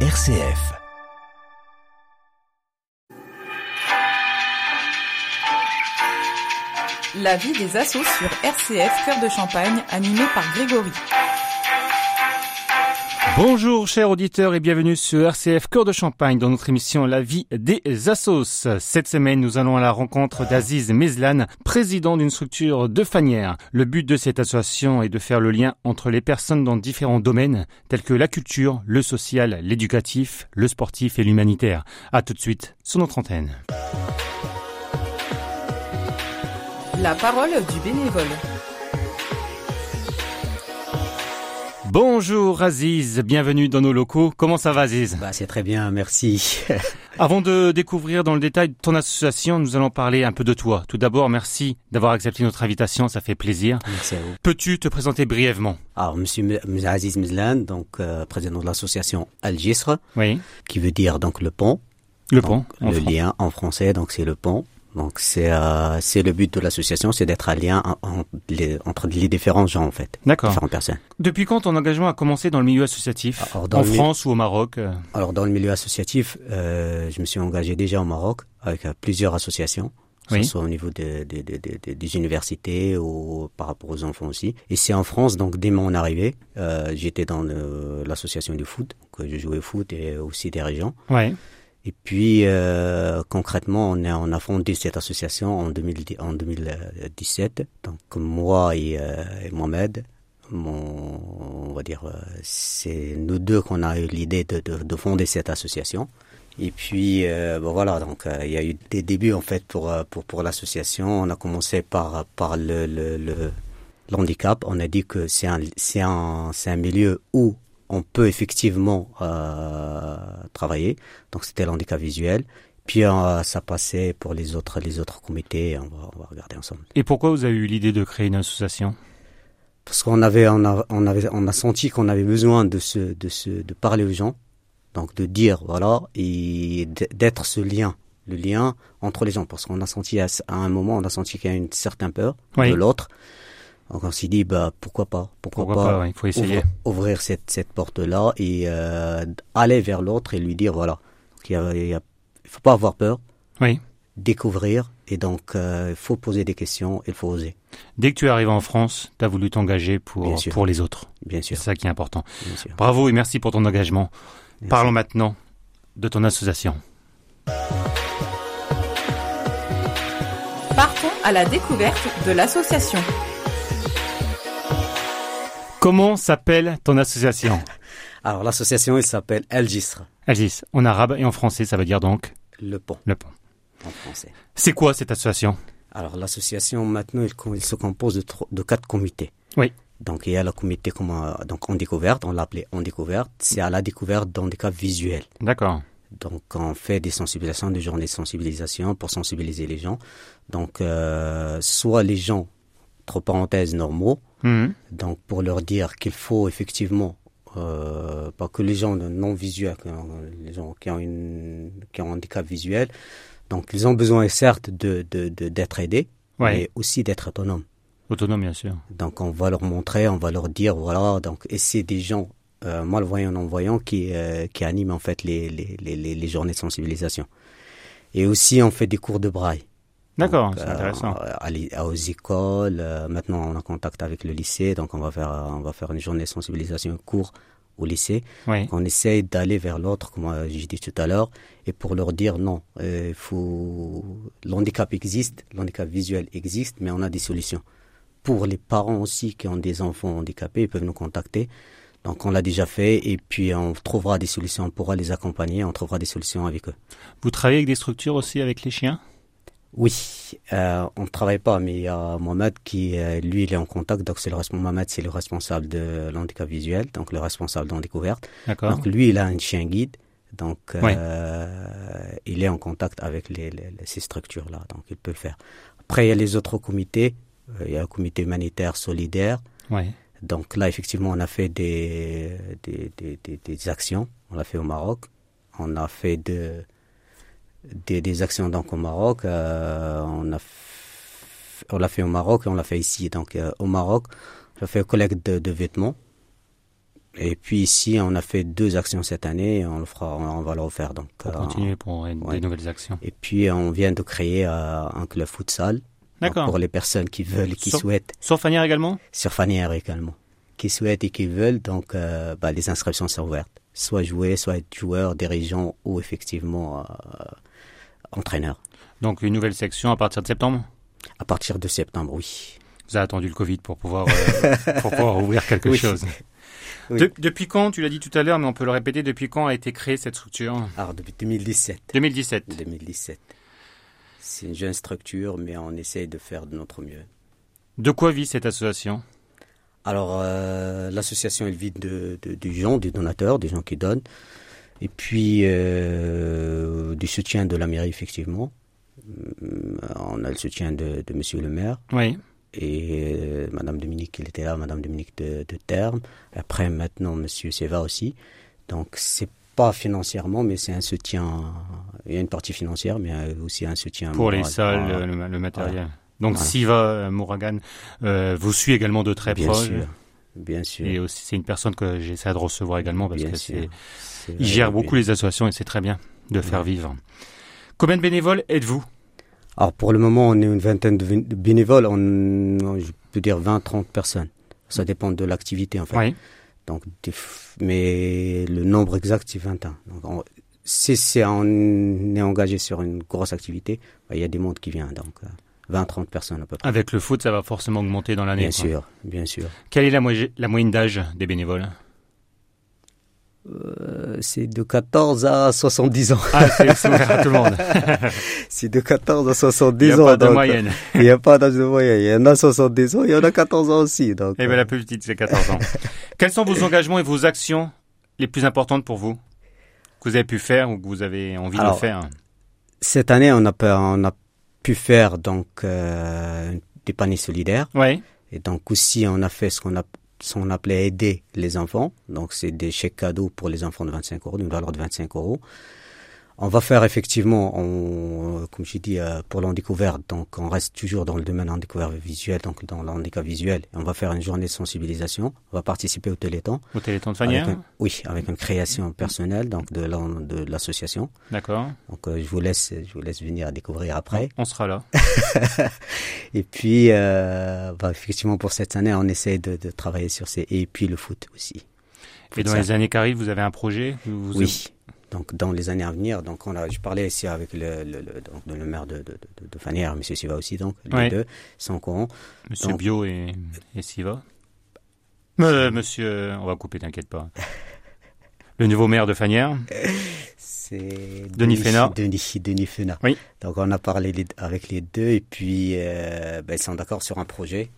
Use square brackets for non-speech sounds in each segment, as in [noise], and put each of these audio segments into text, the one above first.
RCF. La vie des assos sur RCF Cœur de Champagne, animé par Grégory. Bonjour chers auditeurs et bienvenue sur RCF Cœur de Champagne dans notre émission La vie des assos. Cette semaine, nous allons à la rencontre d'Aziz Mezlan, président d'une structure de fanière. Le but de cette association est de faire le lien entre les personnes dans différents domaines tels que la culture, le social, l'éducatif, le sportif et l'humanitaire. À tout de suite sur notre antenne. La parole du bénévole. Bonjour Aziz, bienvenue dans nos locaux. Comment ça va Aziz Bah, c'est très bien, [laughs] merci. Avant de découvrir dans le détail ton association, nous allons parler un peu de toi. Tout d'abord, merci d'avoir accepté notre invitation, ça fait plaisir. merci à vous. Peux-tu te présenter brièvement Alors, Monsieur M- M- Aziz Mizlan, donc euh, président de l'association Al Jisr, Oui. qui veut dire donc le pont. Le pont. Donc, en le France. lien en français, donc c'est le pont. Donc c'est euh, c'est le but de l'association, c'est d'être un lien en- en- les- entre les différents gens en fait, D'accord. différentes personnes. Depuis quand ton engagement a commencé dans le milieu associatif Alors, dans En le milieu- France ou au Maroc euh, Alors dans le milieu associatif, euh, je me suis engagé déjà au Maroc avec euh, plusieurs associations, que Oui. ce soit au niveau de- de- de- de- de- des universités ou par rapport aux enfants aussi. Et c'est en France, donc dès mon arrivée, euh, j'étais dans le- l'association du foot, donc euh, je jouais au foot et aussi des régions. Ouais. Et puis euh, concrètement, on a, on a fondé cette association en, 2010 en 2017, donc moi et, euh, et Mohamed. Mon, on va dire, euh, c'est nous deux qu'on a eu l'idée de, de, de fonder cette association. Et puis, euh, bon, voilà, donc euh, il y a eu des débuts en fait pour euh, pour pour l'association. On a commencé par par le le, le l'handicap. On a dit que c'est un c'est un c'est un milieu où on peut effectivement euh, travailler. Donc c'était l'handicap visuel. Puis euh, ça passait pour les autres les autres comités. On va on va regarder ensemble. Et pourquoi vous avez eu l'idée de créer une association Parce qu'on avait, on a, on avait, on a senti qu'on avait besoin de se, de se, de parler aux gens, donc de dire, voilà, et d- d'être ce lien, le lien entre les gens. Parce qu'on a senti à, ce- à un moment, on a senti qu'il y a une certaine peur Oui. de l'autre. Donc on s'est dit, bah pourquoi pas, pourquoi, Pourquoi pas, pas ouais, Il faut essayer. ouvrir, ouvrir cette, cette porte-là et euh, aller vers l'autre et lui dire, voilà, Donc, il y a- il y a- il faut pas avoir peur, Oui. découvrir et donc euh, il faut poser des questions, il faut oser, Dès que tu es arrivé en France, tu as voulu t'engager Bien pour, sûr. pour les autres. bien C'est sûr, ça qui est important. bien sûr. Bravo et merci pour ton engagement. Merci. Parlons maintenant de ton association. Partons à la découverte de l'association. Comment s'appelle ton association Alors l'association, elle s'appelle El Jisr, Aziz, en arabe et en français, ça veut dire donc le pont le pont. en français. C'est quoi cette association Alors l'association maintenant, elle, com- elle se compose de, tro- de quatre comités. Oui. Donc il y a le comité comme, euh, donc en découverte, on l'appelait en découverte, c'est à la découverte d'handicap visuel. D'accord. Donc on fait des sensibilisations, des journées de sensibilisation pour sensibiliser les gens. Donc euh, soit les gens, entre parenthèses, normaux, Mhm. Donc pour leur dire qu'il faut effectivement euh, pas que les gens non visuels, que, euh, les gens qui ont, une, qui ont un handicap visuel, donc ils ont besoin certes de de- de- d'être aidés, Ouais. mais aussi d'être autonomes. Autonome, bien sûr. Donc on va leur montrer, on va leur dire voilà. Donc et c'est des gens euh, malvoyants, non voyants qui euh, qui animent en fait les les, les les les journées de sensibilisation. Et aussi on fait des cours de braille. D'accord, Donc, Ah, c'est euh, intéressant. à l'é- à- aux écoles, euh, maintenant on est en contact avec le lycée, donc on va faire, euh, on va faire une journée de sensibilisation, un cours au lycée. euh, oui. Donc, on essaye d'aller vers l'autre, comme euh, j'ai dit tout à l'heure, et pour leur dire non, euh, il faut... l'handicap existe, l'handicap visuel existe, mais on a des solutions. Pour les parents aussi qui ont des enfants handicapés, ils peuvent nous contacter. Donc on l'a déjà fait, et puis on trouvera des solutions, on pourra les accompagner, on trouvera des solutions avec eux. Vous travaillez avec des structures aussi avec les chiens Oui, euh, on ne travaille pas, mais il y a Mohamed qui, euh, lui, il est en contact. Donc, c'est le responsable. Mohamed, c'est le responsable de l'handicap visuel, donc le responsable de la découverte. D'accord. Donc, lui, il a un chien guide. Donc, Ouais. euh, il est en contact avec les, les- les- ces structures-là. Donc, il peut le faire. Après, il y a les autres comités. Euh, il y a le comité humanitaire solidaire. Oui. Donc là, effectivement, on a fait des, des, des, des, des actions. On l'a fait au Maroc. On a fait de, des, des actions donc au Maroc. Euh, on a f- on l'a fait au Maroc et on l'a fait ici. Donc euh, au Maroc, on a fait collecte de, de vêtements. Et puis ici, on a fait deux actions cette année, et on le fera, on, on va le refaire donc. Pour euh, continuer pour euh, ouais. des nouvelles actions. Et puis on vient de créer euh, un club futsal donc, D'accord. pour les personnes qui veulent, et qui Sur- souhaitent Sur Fanière également sur Fanière également, qui souhaitent et qui veulent donc euh, bah, les inscriptions sont ouvertes, soit jouer, soit être joueur, dirigeant ou effectivement euh, entraîneur. Donc une nouvelle section à partir de septembre À partir de septembre, oui. Vous avez attendu le Covid pour pouvoir, [laughs] euh, pour pouvoir ouvrir quelque Oui. chose. Oui. De- depuis quand, tu l'as dit tout à l'heure, mais on peut le répéter, depuis quand a été créée cette structure Alors Ah, depuis 2017. 2017. 2017. C'est une jeune structure, mais on essaye de faire de notre mieux. De quoi vit cette association Alors, euh, l'association, elle vit de, de, des gens, des donateurs, des gens qui donnent, et puis euh, du soutien de la mairie, effectivement. Hum, On a le soutien de, de Monsieur le maire Oui. et euh, Madame Dominique, elle était là, Madame Dominique de, de Terme. Après, maintenant, Monsieur Seva aussi. Donc, c'est pas financièrement, mais c'est un soutien. Il y a une partie financière, mais euh, aussi un soutien Pour les euh, moral. salles, Voilà. le, le- le matériel. Donc Voilà. Siva euh, Mouragan euh, vous suit également de très bien proche. Sûr. Bien sûr. Et aussi, c'est une personne que j'essaie de recevoir également parce Bien que sûr. c'est, C'est il vrai, gère oui. beaucoup les associations et c'est très bien de faire vivre. Combien de bénévoles êtes-vous Alors pour le moment, on est une vingtaine de vén- de bénévoles, on, on- je peux dire 20-30 personnes. Ça Mm. dépend de l'activité en fait. Oui. Donc, des f- mais le nombre exact, c'est 21. Donc, on- si c'est- on est engagé sur une grosse activité, bah, il y a des mondes qui viennent. Donc, euh, 20-30 personnes à peu près. Avec le foot, ça va forcément augmenter dans l'année. bien quoi. sûr, bien sûr. Quelle est la, moy- la moyenne d'âge des [laughs] bénévoles Euh, c'est de 14 à 70 ans. [laughs] Ah, c'est c'est ouvert à tout le monde. C'est de 14 à 70 Il n'y a ans. pas de donc, moyenne. [laughs] Il n'y a pas d'âge de moyenne. Il y en a 70 ans, il y en a 14 ans aussi. Donc, Eh bien, euh, la plus petite, c'est 14 [laughs] ans. Quels sont vos engagements et vos actions les plus importantes pour vous Que vous avez pu faire ou que vous avez envie de Alors, faire Cette année, on a, pu- on a pu faire donc euh, des paniers solidaires Oui. et donc aussi on a fait ce qu'on a ce qu'on appelait aider les enfants. Donc c'est des chèques cadeaux pour les enfants de 25 euros, d'une valeur de 25 euros. On va faire effectivement, on, comme j'ai dit, euh, pour l'handicap, donc on reste toujours dans le domaine handicap visuel, donc dans l'handicap visuel. On va faire une journée de sensibilisation, on va participer au Téléthon. Au Téléthon de avec Fanière un- oui, avec une création personnelle donc de l'an- de l'association. D'accord. Donc euh, je vous laisse, je vous laisse venir découvrir après. On sera là. Et puis, euh, bah, effectivement, pour cette année, on essaie de, de travailler sur ces... Et puis le foot aussi. Et dans Ça. les années qui arrivent, vous avez un projet Vous- vous- oui. Donc, dans les années à venir, donc on a, je parlais ici avec le, le, le- donc, le maire de, de, de, de Fanière, M. Siva aussi, donc les Ouais. deux sont au courant. Monsieur Donc- Bio et, et Siva Euh, Monsieur, on va couper, t'inquiète pas. Le nouveau maire de Fanière C'est Denis Fénat. Denis, Denis Fénat. Oui. Donc, on a parlé les- avec les deux et puis euh, ben, ils sont d'accord sur un projet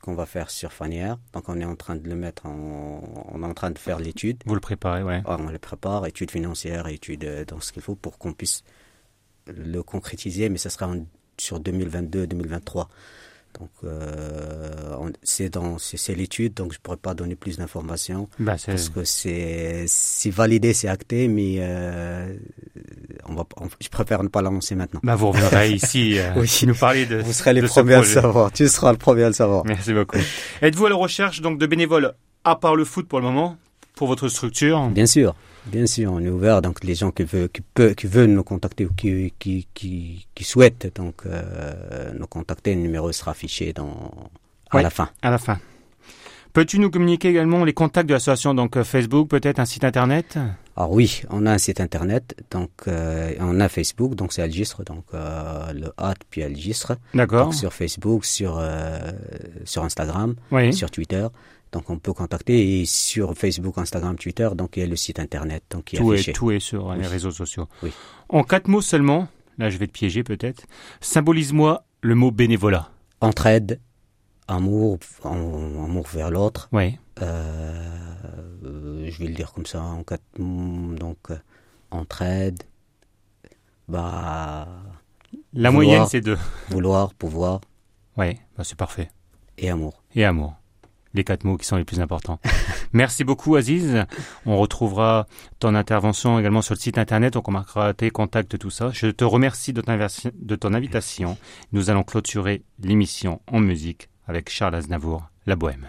qu'on va faire sur Fanière. Donc, on est en train de le mettre en... On est en train de faire l'étude. Vous le préparez, ouais. Ah, on les prépare, études financières, études euh, dans ce qu'il faut pour qu'on puisse le concrétiser, mais ça sera en- sur 2022-2023. Donc, euh, on- c'est dans c'est c'est l'étude, donc je pourrais pas donner plus d'informations Bah, c'est- parce que c'est c'est validé, c'est acté, mais euh, on va, pas- on- je préfère ne pas l'annoncer maintenant. bah, [laughs] vous reviendrez ici euh, Oui. nous parler de Vous serez les de ce premiers à le projet. savoir. Tu seras le premier à le savoir. Merci beaucoup. Êtes-vous à la recherche donc de bénévoles à part le foot pour le moment pour votre structure Bien sûr, bien sûr, on est ouvert. Donc les gens qui veulent, qui peuvent, qui veulent nous contacter ou qui, qui, qui, qui souhaitent donc euh, nous contacter, le numéro sera affiché dans à Ouais. la fin. à la fin Peux-tu nous communiquer également les contacts de l'association donc euh, Facebook peut-être un site internet Alors oui, on a un site internet, donc euh, et on a Facebook, donc c'est Algistre, donc euh, le hâte puis Algistre. D'accord. Donc sur Facebook, sur euh, sur Instagram, Oui. sur Twitter. Donc on peut contacter et sur Facebook, Instagram, Twitter. Donc il y a le site internet, donc qui est Tout affiché. est, tout est sur euh, les Oui. réseaux sociaux. Oui. En quatre mots seulement, là je vais te piéger peut-être, symbolise-moi le mot bénévolat. Entraide, amour, en- amour vers l'autre. Oui. euh, je vais le dire comme ça en quatre mots, donc euh, entraide, bah, La Vouloir. moyenne c'est deux. vouloir, pouvoir Oui, bah, c'est parfait. et amour. et amour. Les quatre mots qui sont les [laughs] plus importants. Merci beaucoup Aziz. On retrouvera ton intervention également sur le site internet. On remarquera tes contacts, tout ça. Je te remercie de ton, inversi- de ton invitation. Nous allons clôturer l'émission en musique avec Charles Aznavour, La Bohème.